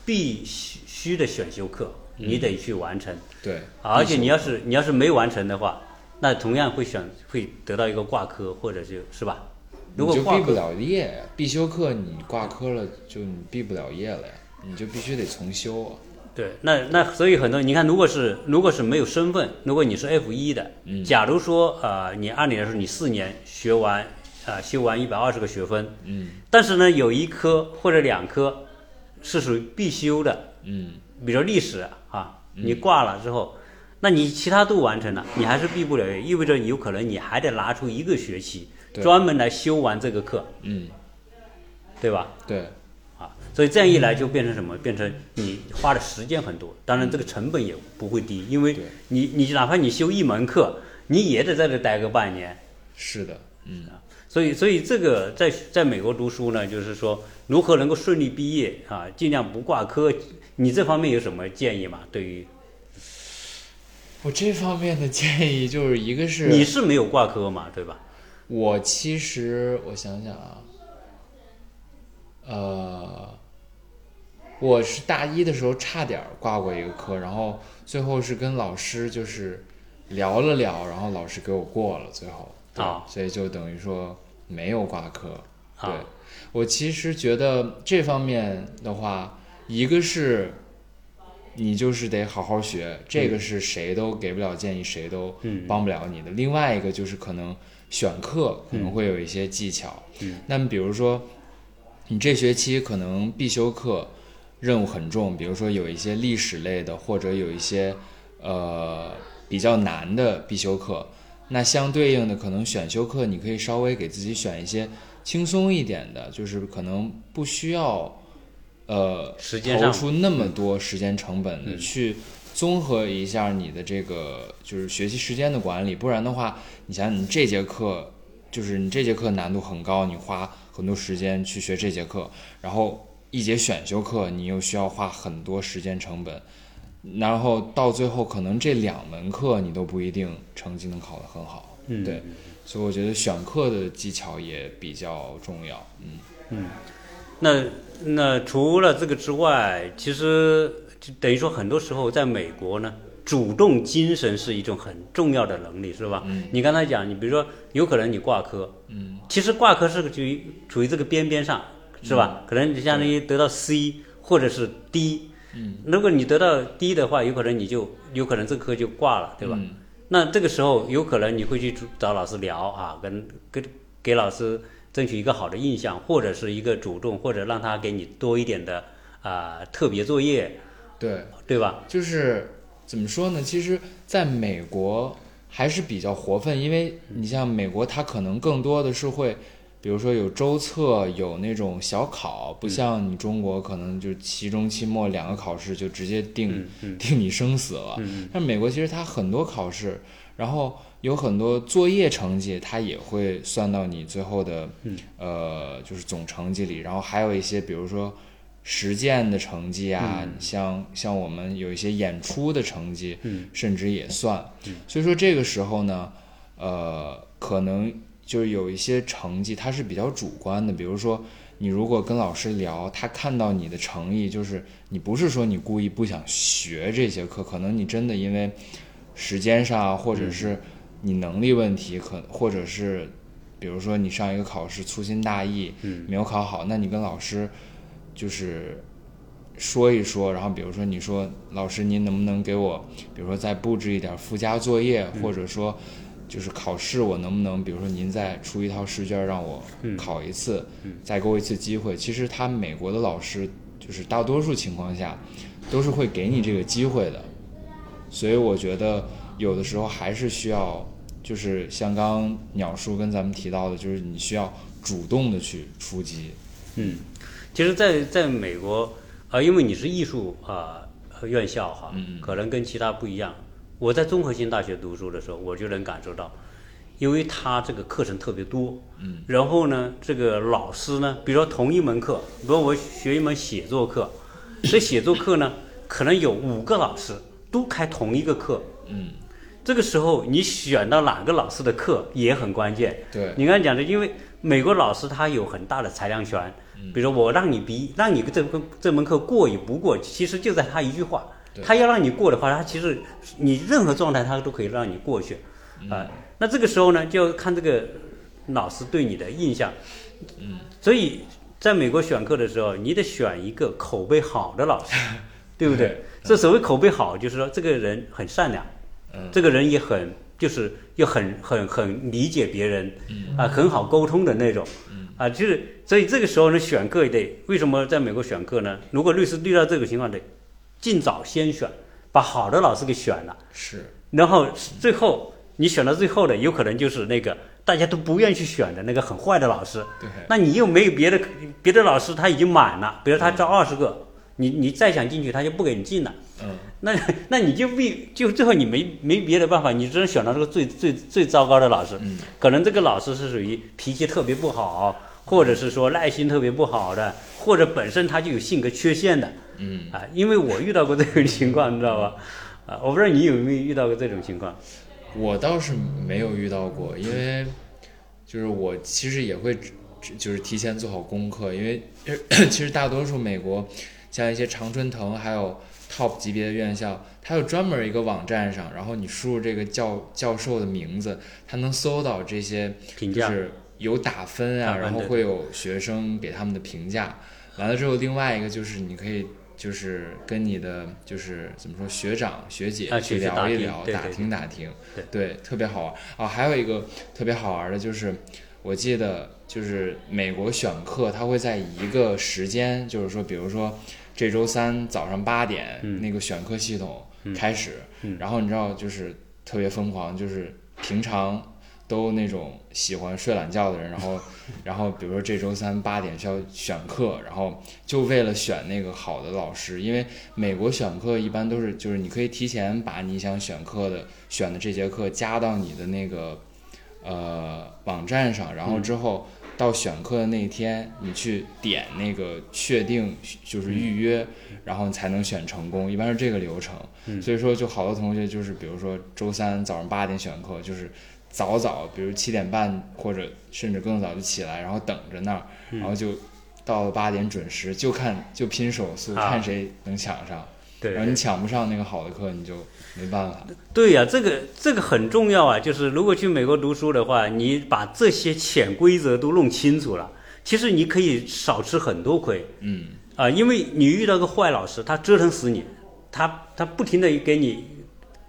Speaker 1: 必须的选修课，你得去完成。
Speaker 2: 对，
Speaker 1: 而且你要是你要是没完成的话，那同样会选会得到一个挂科，或者就是吧？如果
Speaker 2: 你就
Speaker 1: 挂
Speaker 2: 毕不
Speaker 1: 科，
Speaker 2: 了业呀，必修课你挂科了，就你毕不了业了呀，你就必须得重修啊。
Speaker 1: 对，那那所以很多你看，如果是如果是没有身份，如果你是 F 一的，假如说呃，你按理来说你四年学完啊、呃修完一百二十个学分，嗯，但是呢，有一科或者两科是属于必修的，
Speaker 2: 嗯，
Speaker 1: 比如历史啊，你挂了之后，那你其他都完成了，你还是毕不了业，意味着你有可能你还得拿出一个学期
Speaker 2: 对
Speaker 1: 专门来修完这个课，
Speaker 2: 嗯，
Speaker 1: 对吧？
Speaker 2: 对，
Speaker 1: 啊，所以这样一来就变成什么？变成你花的时间很多，当然这个成本也不会低，因为
Speaker 2: 对
Speaker 1: 你你哪怕你修一门课，你也得在这待个半年。
Speaker 2: 是的，嗯，
Speaker 1: 所以，所以这个在在美国读书呢，就是说如何能够顺利毕业啊，尽量不挂科。你这方面有什么建议吗？对于
Speaker 2: 我这方面的建议就是一个是
Speaker 1: 你是没有挂科嘛，对吧？
Speaker 2: 我其实我想想啊，呃，我是大一的时候差点儿挂过一个科，然后最后是跟老师就是聊了聊，然后老师给我过了，最后对
Speaker 1: 啊
Speaker 2: 所以就等于说没有挂科。对
Speaker 1: 啊，
Speaker 2: 我其实觉得这方面的话，一个是你就是得好好学，这个是谁都给不了建议，谁都
Speaker 1: 嗯
Speaker 2: 帮不了你的。另外一个就是可能选课可能会有一些技巧，
Speaker 1: 嗯
Speaker 2: 那么比如说你这学期可能必修课任务很重，比如说有一些历史类的，或者有一些呃比较难的必修课。那相对应的，可能选修课你可以稍微给自己选一些轻松一点的，就是可能不需要呃
Speaker 1: 时间
Speaker 2: 投
Speaker 1: 上嗯
Speaker 2: 出那么多时间成本的、去综合一下你的这个就是学习时间的管理，不然的话，你想想你这节课就是你这节课难度很高，你花很多时间去学这节课，然后一节选修课你又需要花很多时间成本，然后到最后可能这两门课你都不一定成绩能考得很好，
Speaker 1: 嗯
Speaker 2: 对，所以我觉得选课的技巧也比较重要，嗯，
Speaker 1: 那那除了这个之外，其实就等于说很多时候在美国呢，主动精神是一种很重要的能力，是吧？
Speaker 2: 嗯
Speaker 1: 你刚才讲，你比如说，有可能你挂科，
Speaker 2: 嗯，
Speaker 1: 其实挂科是个处于处于这个边边上，是吧？可能你相当于得到 C 或者是 D，
Speaker 2: 嗯，
Speaker 1: 如果你得到 D 的话，有可能你就有可能这科就挂了，对吧？
Speaker 2: 嗯
Speaker 1: 那这个时候有可能你会去找老师聊啊，跟跟给老师争取一个好的印象，或者是一个主动，或者让他给你多一点的啊、特别作业，
Speaker 2: 对，
Speaker 1: 对吧？
Speaker 2: 就是怎么说呢？其实在美国还是比较活泛，因为你像美国，它可能更多的是会，比如说有周测，有那种小考，不像你中国可能就期中、期末两个考试就直接定、 (laughs) 定你生死了。但美国其实它很多考试，然后有很多作业成绩，它也会算到你最后的、呃就是总成绩里，然后还有一些比如说。实践的成绩啊，像像我们有一些演出的成绩，甚至也算。所以说这个时候呢，呃，可能就是有一些成绩它是比较主观的，比如说你如果跟老师聊，他看到你的诚意，就是你不是说你故意不想学这节课，可能你真的因为时间上啊，或者是你能力问题，可或者是比如说你上一个考试粗心大意，没有考好，那你跟老师就是说一说，然后比如说你说老师您能不能给我，比如说再布置一点附加作业，或者说就是考试我能不能，比如说您再出一套试卷让我考一次，再给我一次机会。其实他美国的老师就是大多数情况下都是会给你这个机会的，所以我觉得有的时候还是需要。就是像刚刚鸟叔跟咱们提到的，就是你需要主动的去出击，
Speaker 1: 嗯，其实在，在美国啊、因为你是艺术啊、呃院校哈，可能跟其他不一样。我在综合性大学读书的时候，我就能感受到，因为它这个课程特别多，嗯，然后呢，这个老师呢，比如说同一门课，比如我学一门写作课，这写作课呢，可能有五个老师都开同一个课，
Speaker 2: 嗯，
Speaker 1: 这个时候你选到哪个老师的课也很关键，
Speaker 2: 对，
Speaker 1: 你刚才讲的，因为美国老师他有很大的裁量权，比如说我让你比，让你这门这门课过与不过，其实就在他一句话，他要让你过的话，他其实你任何状态他都可以让你过去，啊、那这个时候呢，就要看这个老师对你的印象，嗯，所以在美国选课的时候，你得选一个口碑好的老师，对不对？这所谓口碑好，就是说这个人很善良，这个人也很就是又很很很理解别人，啊，很好沟通的那种，啊，就是所以这个时候呢，选课也得为什么在美国选课呢？如果律师遇到这个情况，得尽早先选，把好的老师给选了，
Speaker 2: 是，
Speaker 1: 然后最后你选到最后的，有可能就是那个大家都不愿意去选的那个很坏的老师，
Speaker 2: 对，
Speaker 1: 那你又没有别的别的老师他已经满了，比如他招二十个，你你再想进去他就不给你进了。
Speaker 2: 嗯，
Speaker 1: 那那你就必就最后你没没别的办法，你只能选到这个最最最糟糕的老师。
Speaker 2: 嗯
Speaker 1: 可能这个老师是属于脾气特别不好，或者是说耐心特别不好的，或者本身他就有性格缺陷的。
Speaker 2: 嗯，
Speaker 1: 啊，因为我遇到过这种情况，你知道吧？啊，我不知道你有没有遇到过这种情况。
Speaker 2: 我倒是没有遇到过，因为就是我其实也会只只就是提前做好功课，因为 (clears throat) 其实大多数美国像一些常春藤还有 top 级别的院校，它有专门一个网站上，然后你输入这个教教授的名字，它能搜到这些
Speaker 1: 评
Speaker 2: 就
Speaker 1: 价
Speaker 2: 是有打分
Speaker 1: 打
Speaker 2: 啊，
Speaker 1: 分
Speaker 2: 然后
Speaker 1: 对
Speaker 2: 会有学生给他们的评价。完了之后，另外一个就是你可以就是跟你的就是怎么说学长学姐
Speaker 1: 啊
Speaker 2: 去
Speaker 1: 去去
Speaker 2: 聊
Speaker 1: 打
Speaker 2: 一
Speaker 1: 听
Speaker 2: 聊，
Speaker 1: 对对对
Speaker 2: 听打听，
Speaker 1: 对
Speaker 2: 特别好玩啊。还有一个特别好玩的就是，我记得就是美国选课，它会在一个时间，就是说，比如说这周三早上八点、
Speaker 1: 嗯
Speaker 2: 那个选课系统开始，然后你知道就是特别疯狂，就是平常。都那种喜欢睡懒觉的人，然后，然后比如说这周三八点需要选课，然后就为了选那个好的老师，因为美国选课一般都是就是你可以提前把你想选课的选的这节课加到你的那个呃网站上，然
Speaker 1: 嗯
Speaker 2: 后之后到选课的那一天，你去点那个确定就是
Speaker 1: 嗯
Speaker 2: 预约，然后你才能选成功，一般是这个流程。
Speaker 1: 嗯
Speaker 2: 所以说，就好多同学就是比如说周三早上八点选课，就是。早早，比如七点半或者甚至更早就起来，然后等着那儿，
Speaker 1: 嗯
Speaker 2: 然后就到了八点准时，就看就拼手速，
Speaker 1: 啊
Speaker 2: 看谁能抢上。
Speaker 1: 对
Speaker 2: 然后你抢不上那个好的课，你就没办法。
Speaker 1: 对呀、这个这个很重要啊！就是如果去美国读书的话，你把这些潜规则都弄清楚了，其实你可以少吃很多亏
Speaker 2: 嗯，
Speaker 1: 啊、因为你遇到个坏老师，他折腾死你，他他不停的给你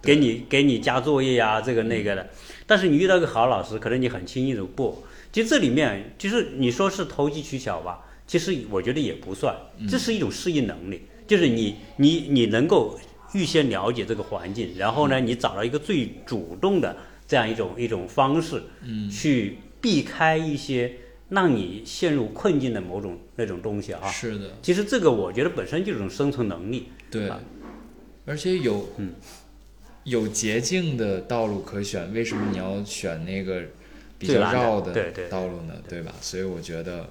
Speaker 1: 给你给你加作业呀、这个那个的。但是你遇到个好老师，可能你很轻易的过。其实这里面，其实你说是投机取巧吧，其实我觉得也不算，这是一种适应能力，就是你你你能够预先了解这个环境，然后呢，你找到一个最主动的这样一种一种方式，嗯，去避开一些让你陷入困境的某种那种东西啊。
Speaker 2: 是的，
Speaker 1: 其实这个我觉得本身就是一种生存能力，
Speaker 2: 对
Speaker 1: 啊，
Speaker 2: 而且有
Speaker 1: 嗯
Speaker 2: 有捷径的道路可选，为什么你要选那个比
Speaker 1: 最
Speaker 2: 较
Speaker 1: 烂的
Speaker 2: 绕
Speaker 1: 对对
Speaker 2: 道路呢？对吧？所以我觉得，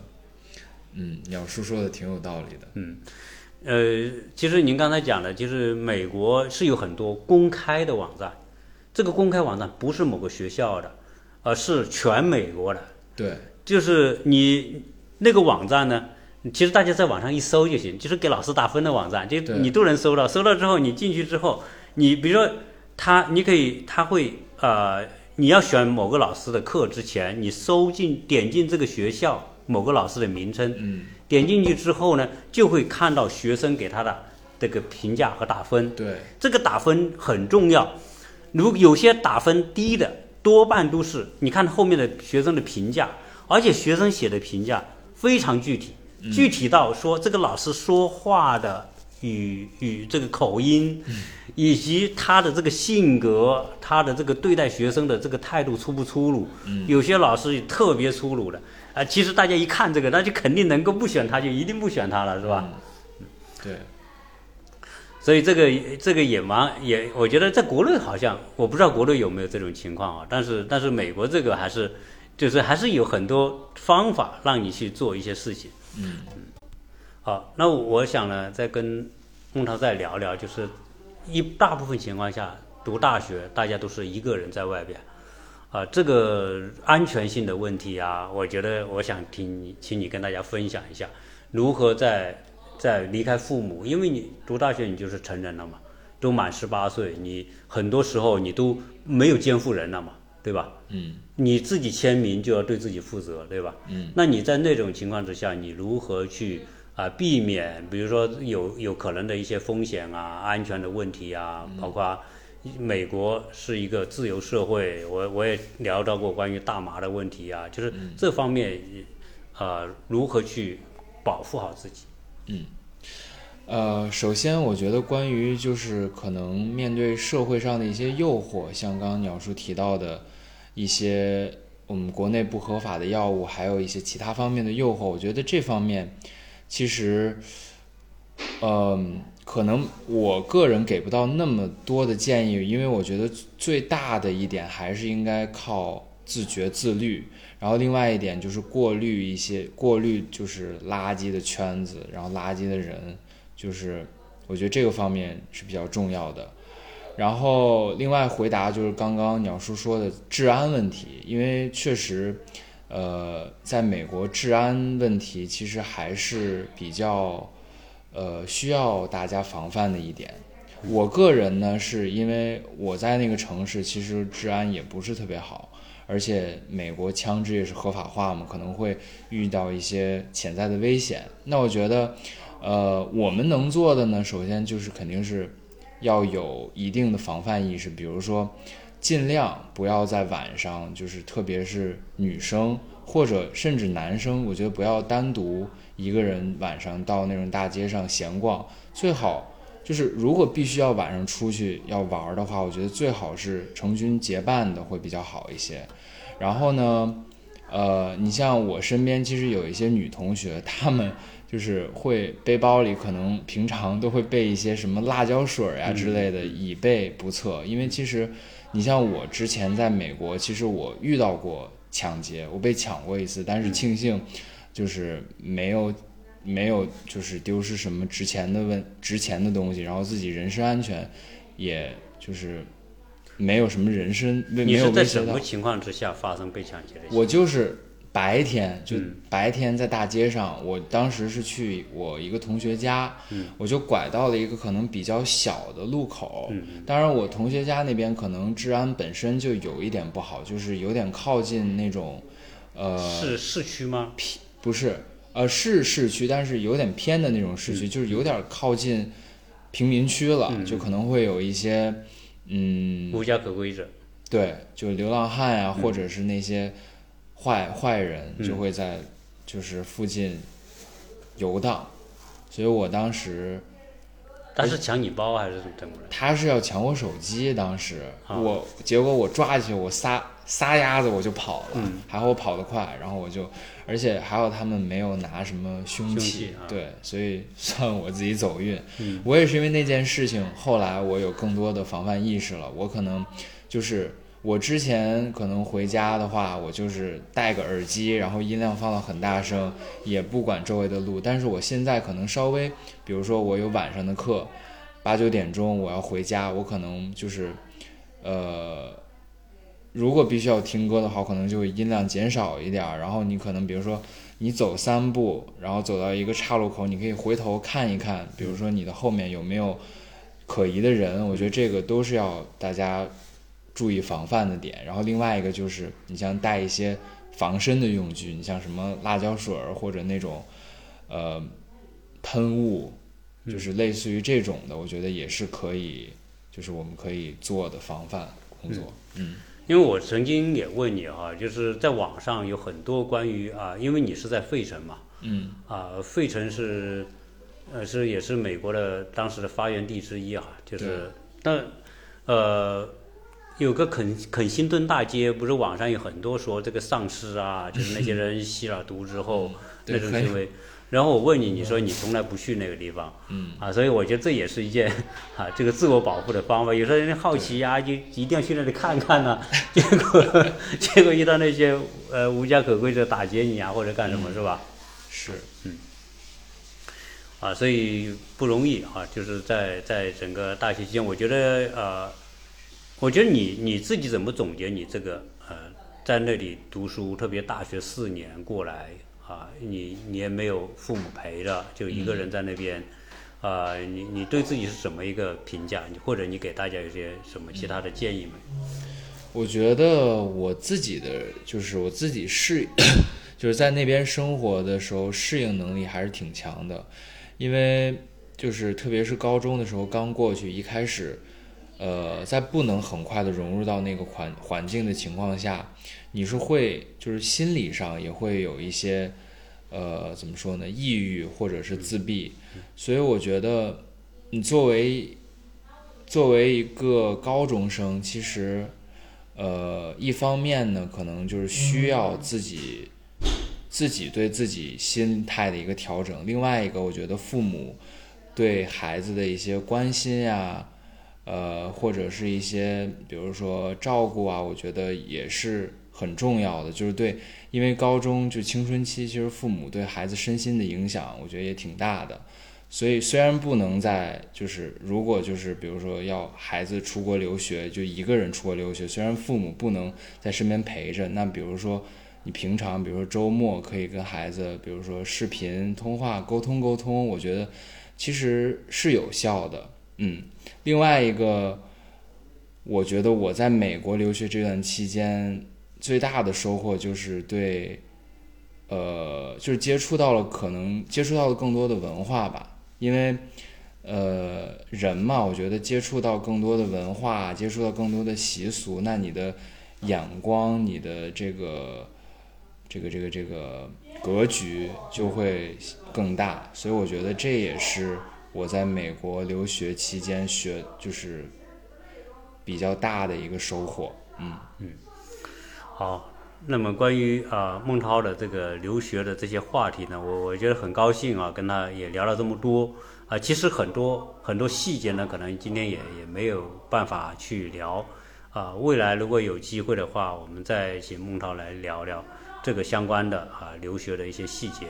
Speaker 2: 嗯，鸟叔说的挺有道理的。
Speaker 1: 嗯呃，其实您刚才讲的，就是美国是有很多公开的网站，这个公开网站不是某个学校的，而是全美国的。
Speaker 2: 对，
Speaker 1: 就是你那个网站呢，其实大家在网上一搜就行，就是给老师打分的网站，就
Speaker 2: 对
Speaker 1: 你都能搜到。搜到之后，你进去之后，你比如说他，你可以他会呃，你要选某个老师的课之前，你搜进点进这个学校某个老师的名称，
Speaker 2: 嗯，
Speaker 1: 点进去之后呢，就会看到学生给他的这个评价和打分。
Speaker 2: 对，
Speaker 1: 这个打分很重要。如果有些打分低的，多半都是你看后面的学生的评价，而且学生写的评价非常具体，具体到说这个老师说话的语语这个口音，以及他的这个性格，他的这个对待学生的这个态度粗不粗鲁。有些老师也特别粗鲁的，啊、其实大家一看这个，那就肯定能够不选他，就一定不选他了，是吧？
Speaker 2: 对，
Speaker 1: 所以这个这个也蛮也，我觉得在国内好像我不知道国内有没有这种情况啊，但是但是美国这个还是就是还是有很多方法让你去做一些事情。
Speaker 2: 嗯，
Speaker 1: 好，那我想呢，再跟孟涛再聊聊，就是一大部分情况下读大学，大家都是一个人在外边，啊、这个安全性的问题啊，我觉得我想听你，请你跟大家分享一下，如何在在离开父母，因为你读大学你就是成人了嘛，都满十八岁，你很多时候你都没有监护人了嘛，对吧？
Speaker 2: 嗯。
Speaker 1: 你自己签名就要对自己负责，对吧？嗯，那你在那种情况之下，你如何去啊、避免，比如说有有可能的一些风险啊、安全的问题啊，包括美国是一个自由社会，我我也聊到过关于大麻的问题啊，就是这方面，呃，如何去保护好自己？
Speaker 2: 呃，首先，我觉得关于就是可能面对社会上的一些诱惑，像刚刚鸟叔提到的一些我们国内不合法的药物，还有一些其他方面的诱惑，我觉得这方面其实，嗯、可能我个人给不到那么多的建议，因为我觉得最大的一点还是应该靠自觉自律，然后另外一点就是过滤一些过滤就是垃圾的圈子，然后垃圾的人。就是我觉得这个方面是比较重要的。然后另外回答就是刚刚鸟叔说的治安问题，因为确实，呃，在美国治安问题其实还是比较，呃，需要大家防范的一点。我个人呢，是因为我在那个城市，其实治安也不是特别好，而且美国枪支也是合法化嘛，可能会遇到一些潜在的危险。那我觉得，呃，我们能做的呢，首先就是肯定是要有一定的防范意识，比如说，尽量不要在晚上，就是特别是女生或者甚至男生，我觉得不要单独一个人晚上到那种大街上闲逛，最好就是如果必须要晚上出去要玩儿的话，我觉得最好是成群结伴的会比较好一些。然后呢，呃，你像我身边其实有一些女同学，她们就是会背包里可能平常都会备一些什么辣椒水儿呀
Speaker 1: 嗯
Speaker 2: 之类的，以备不测。因为其实你像我之前在美国，其实我遇到过抢劫，我被抢过一次，但
Speaker 1: 嗯
Speaker 2: 是庆幸就是没有。没有，就是丢失什么值钱的问值钱的东西，然后自己人身安全，也就是没有什么人身没
Speaker 1: 你
Speaker 2: 有
Speaker 1: 是在
Speaker 2: 威胁
Speaker 1: 什
Speaker 2: 到
Speaker 1: 么。情况之下发生被抢劫的？
Speaker 2: 我就是白天就白天在大街上，我当时是去我一个同学家，我就拐到了一个可能比较小的路口。当然，我同学家那边可能治安本身就有一点不好，就是有点靠近那种，呃，
Speaker 1: 是市区吗？
Speaker 2: 不是，呃，是市区，但是有点偏的那种市区，就是有点靠近贫民区了，就可能会有一些，嗯，
Speaker 1: 无家可归者。
Speaker 2: 对，就流浪汉呀、或者是那些坏、坏人，就会在就是附近游荡。所以我当时哎
Speaker 1: 他是抢你包还是怎么的？
Speaker 2: 他是要抢我手机，当时我结果我抓起我撒撒丫子我就跑了，还好我跑得快，然后我就而且还好他们没有拿什么凶
Speaker 1: 凶器啊嗯
Speaker 2: 对，所以 (laughs) 算我自己走运。我也是因为那件事情，后来我有更多的防范意识了，我可能就是。我之前可能回家的话，我就是戴个耳机，然后音量放到很大声，也不管周围的路。但是我现在可能稍微，比如说我有晚上的课，八九点钟我要回家，我可能就是，呃，如果必须要听歌的话，可能就音量减少一点儿。然后你可能比如说你走三步，然后走到一个岔路口，你可以回头看一看，比如说你的后面有没有可疑的人。我觉得这个都是要大家注意防范的点。然后另外一个就是，你像带一些防身的用具，你像什么辣椒水儿或者那种呃喷雾，就是类似于这种的，我觉得也是可以，就是我们可以做的防范工作。嗯
Speaker 1: 因为我曾经也问你哈、就是在网上有很多关于啊，因为你是在费城嘛，
Speaker 2: 嗯，
Speaker 1: 啊，费城是，呃，是也是美国的当时的发源地之一啊，就是但呃，有个肯肯辛顿大街，不是网上有很多说这个丧尸啊，就是那些人吸了毒之后、
Speaker 2: 嗯对
Speaker 1: 那种
Speaker 2: 很
Speaker 1: 行为。然后我问你，你说你从来不去那个地方，嗯，啊，所以我觉得这也是一件啊这个自我保护的方法。有时候人好奇呀、就一定要去那里看看呢、结果 (laughs) 结果遇到那些呃无家可归者打劫你啊，或者干什么、是吧？
Speaker 2: 是，
Speaker 1: 啊，所以不容易啊，就是在在整个大学期间，我觉得呃，我觉得你你自己怎么总结你这个呃，在那里读书，特别大学四年过来啊，你你也没有父母陪着，就一个人在那边，啊、你你对自己是什么一个评价？你或者你给大家有些什么其他的建议没？
Speaker 2: 我觉得我自己的就是我自己适， (coughs) 就是在那边生活的时候适应能力还是挺强的，因为就是特别是高中的时候刚过去，一开始，呃，在不能很快的融入到那个环环境的情况下，你是会就是心理上也会有一些，呃，怎么说呢，抑郁或者是自闭，所以我觉得你作为作为一个高中生，其实。呃，一方面呢，可能就是需要自己自己对自己心态的一个调整；，另外一个，我觉得父母对孩子的一些关心呀、呃，或者是一些比如说照顾啊，我觉得也是很重要的。就是对，因为高中就青春期，其实父母对孩子身心的影响，我觉得也挺大的。所以虽然不能在，就是如果就是比如说要孩子出国留学，就一个人出国留学，虽然父母不能在身边陪着，那比如说你平常，比如说周末可以跟孩子，比如说视频通话沟通沟通，我觉得其实是有效的。嗯，另外一个，我觉得我在美国留学这段期间最大的收获就是对。呃，就是接触到了，可能接触到了更多的文化吧，因为呃人嘛，我觉得接触到更多的文化，接触到更多的习俗，那你的眼光，你的这个这个这个这个格局就会更大，所以我觉得这也是我在美国留学期间学就是比较大的一个收获。嗯，
Speaker 1: 好，那么关于啊、呃孟超的这个留学的这些话题呢，我我觉得很高兴啊，跟他也聊了这么多啊、其实很多很多细节呢，可能今天也也没有办法去聊啊、未来如果有机会的话，我们再请孟超来聊聊这个相关的啊、留学的一些细节。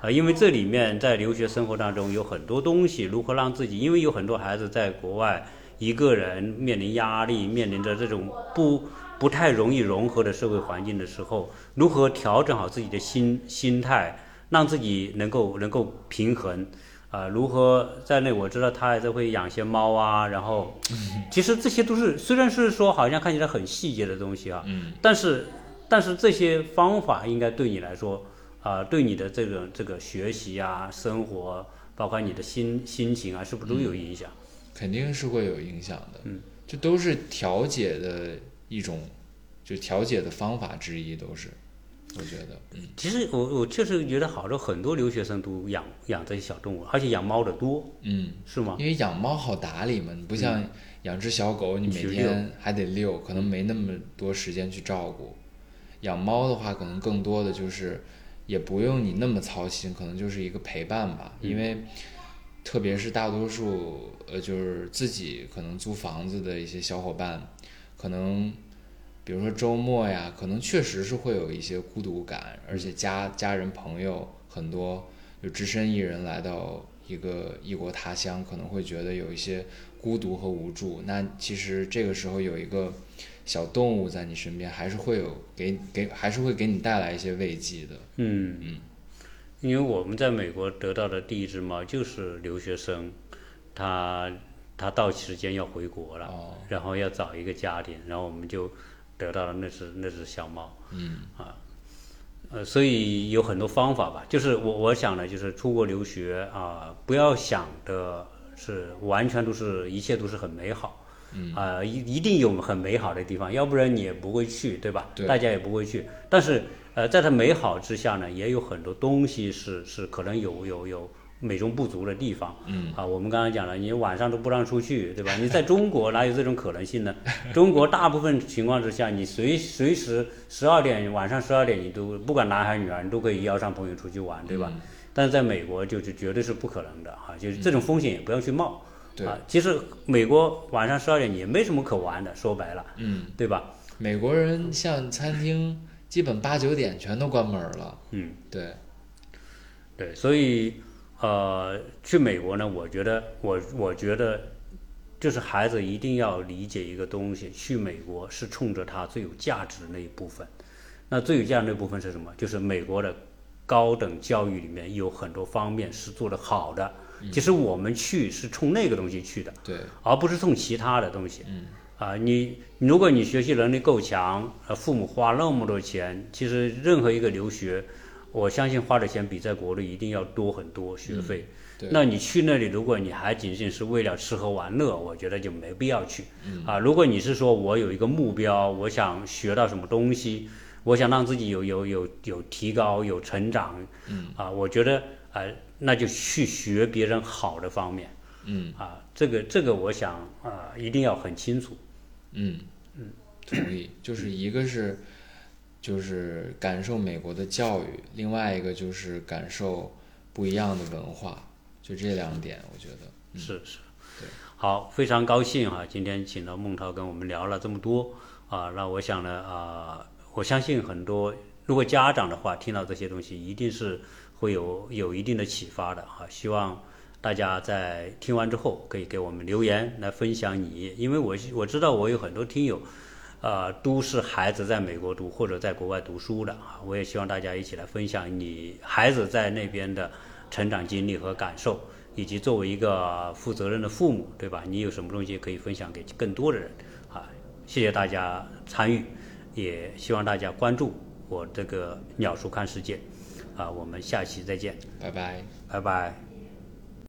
Speaker 1: 啊，因为这里面在留学生活当中有很多东西，如何让自己，因为有很多孩子在国外一个人面临压力，面临着这种不不不太容易融合的社会环境的时候，如何调整好自己的心心态，让自己能够能够平衡。啊、如何在内？我知道他还是会养些猫啊，然后，其实这些都是虽然是说好像看起来很细节的东西啊，嗯，但是但是这些方法应该对你来说，啊、对你的这个这个学习啊、生活，包括你的心心情啊，是不是都有影响？
Speaker 2: 肯定是会有影响的。嗯，这都是调解的一种，就调解的方法之一，都是，我觉得，嗯
Speaker 1: 其实我我确实觉得好多很多留学生都养养这些小动物，而且养猫的多，
Speaker 2: 嗯，
Speaker 1: 是吗？
Speaker 2: 因为养猫好打理嘛，你不像养只小狗，你
Speaker 1: 你
Speaker 2: 每
Speaker 1: 去
Speaker 2: 天还得遛，可能没那么多时间去照顾。养猫的话，可能更多的就是也不用你那么操心，可能就是一个陪伴吧。因为特别是大多数呃，就是自己可能租房子的一些小伙伴，可能比如说周末呀，可能确实是会有一些孤独感，而且家家人朋友很多，就只身一人来到一个异国他乡，可能会觉得有一些孤独和无助。那其实这个时候有一个小动物在你身边，还是会有给给还是会给你带来一些慰藉的。
Speaker 1: 嗯，因为我们在美国得到的第一只猫就是留学生，他他到时间要回国了，
Speaker 2: 哦
Speaker 1: 然后要找一个家庭，然后我们就得到了那只那只小猫。啊
Speaker 2: 嗯
Speaker 1: 呃，所以有很多方法吧。就是我我想呢，就是出国留学啊、不要想的是完全都是一切都是很美好，
Speaker 2: 嗯
Speaker 1: 啊、一一定有很美好的地方，要不然你也不会去，对吧？
Speaker 2: 对
Speaker 1: 大家也不会去。但是呃，在它美好之下呢，也有很多东西是是可能有有有美中不足的地方。
Speaker 2: 嗯
Speaker 1: 啊，我们刚才讲了，你晚上都不让出去，对
Speaker 2: (laughs)
Speaker 1: 吧？你在中国哪有这种可能性呢？中国大部分情况之下，你随随时十二点晚上十二点，你都不管男孩女孩，你都可以邀上朋友出去玩，对吧？
Speaker 2: 嗯
Speaker 1: 但是在美国就是绝对是不可能的哈、啊，就是这种风险也不要去冒。
Speaker 2: 对
Speaker 1: 啊，其实美国晚上十二点也没什么可玩的，说白了，
Speaker 2: 嗯，
Speaker 1: 对吧？
Speaker 2: 美国人像餐厅，基本八九点全都关门了。
Speaker 1: 嗯，
Speaker 2: 对，
Speaker 1: 对，所以呃，去美国呢，我觉得我我觉得就是孩子一定要理解一个东西，去美国是冲着他最有价值那一部分。那最有价值那部分是什么？就是美国的高等教育里面有很多方面是做得好的。其实我们去是冲那个东西去的，
Speaker 2: 对，
Speaker 1: 而不是冲其他的东西。
Speaker 2: 嗯，
Speaker 1: 啊、你如果你学习能力够强，呃，父母花那么多钱，其实任何一个留学，我相信花的钱比在国内一定要多很多学费。
Speaker 2: 对
Speaker 1: 那你去那里，如果你还仅仅是为了吃喝玩乐，我觉得就没必要去。
Speaker 2: 嗯
Speaker 1: 啊、如果你是说我有一个目标，我想学到什么东西，我想让自己有有有有提高、有成长，嗯，啊、我觉得啊、呃那就去学别人好的方面。
Speaker 2: 嗯
Speaker 1: 啊，这个这个我想啊、一定要很清楚。
Speaker 2: 嗯同意。就是一个是就是感受美国的教育，另外一个就是感受不一样的文化，就这两点，我觉得。
Speaker 1: 是是，好，非常高兴哈、今天请到孟涛跟我们聊了这么多啊，那我想呢啊、我相信很多如果家长的话，听到这些东西一定是会有有一定的启发的哈、希望。大家在听完之后，可以给我们留言来分享你，因为我我知道我有很多听友，啊、都是孩子在美国读或者在国外读书的啊，我也希望大家一起来分享你孩子在那边的成长经历和感受，以及作为一个负责任的父母，对吧？你有什么东西可以分享给更多的人啊？谢谢大家参与，也希望大家关注我这个鸟叔看世界，啊，我们下期再见，
Speaker 2: 拜拜。
Speaker 1: 拜拜。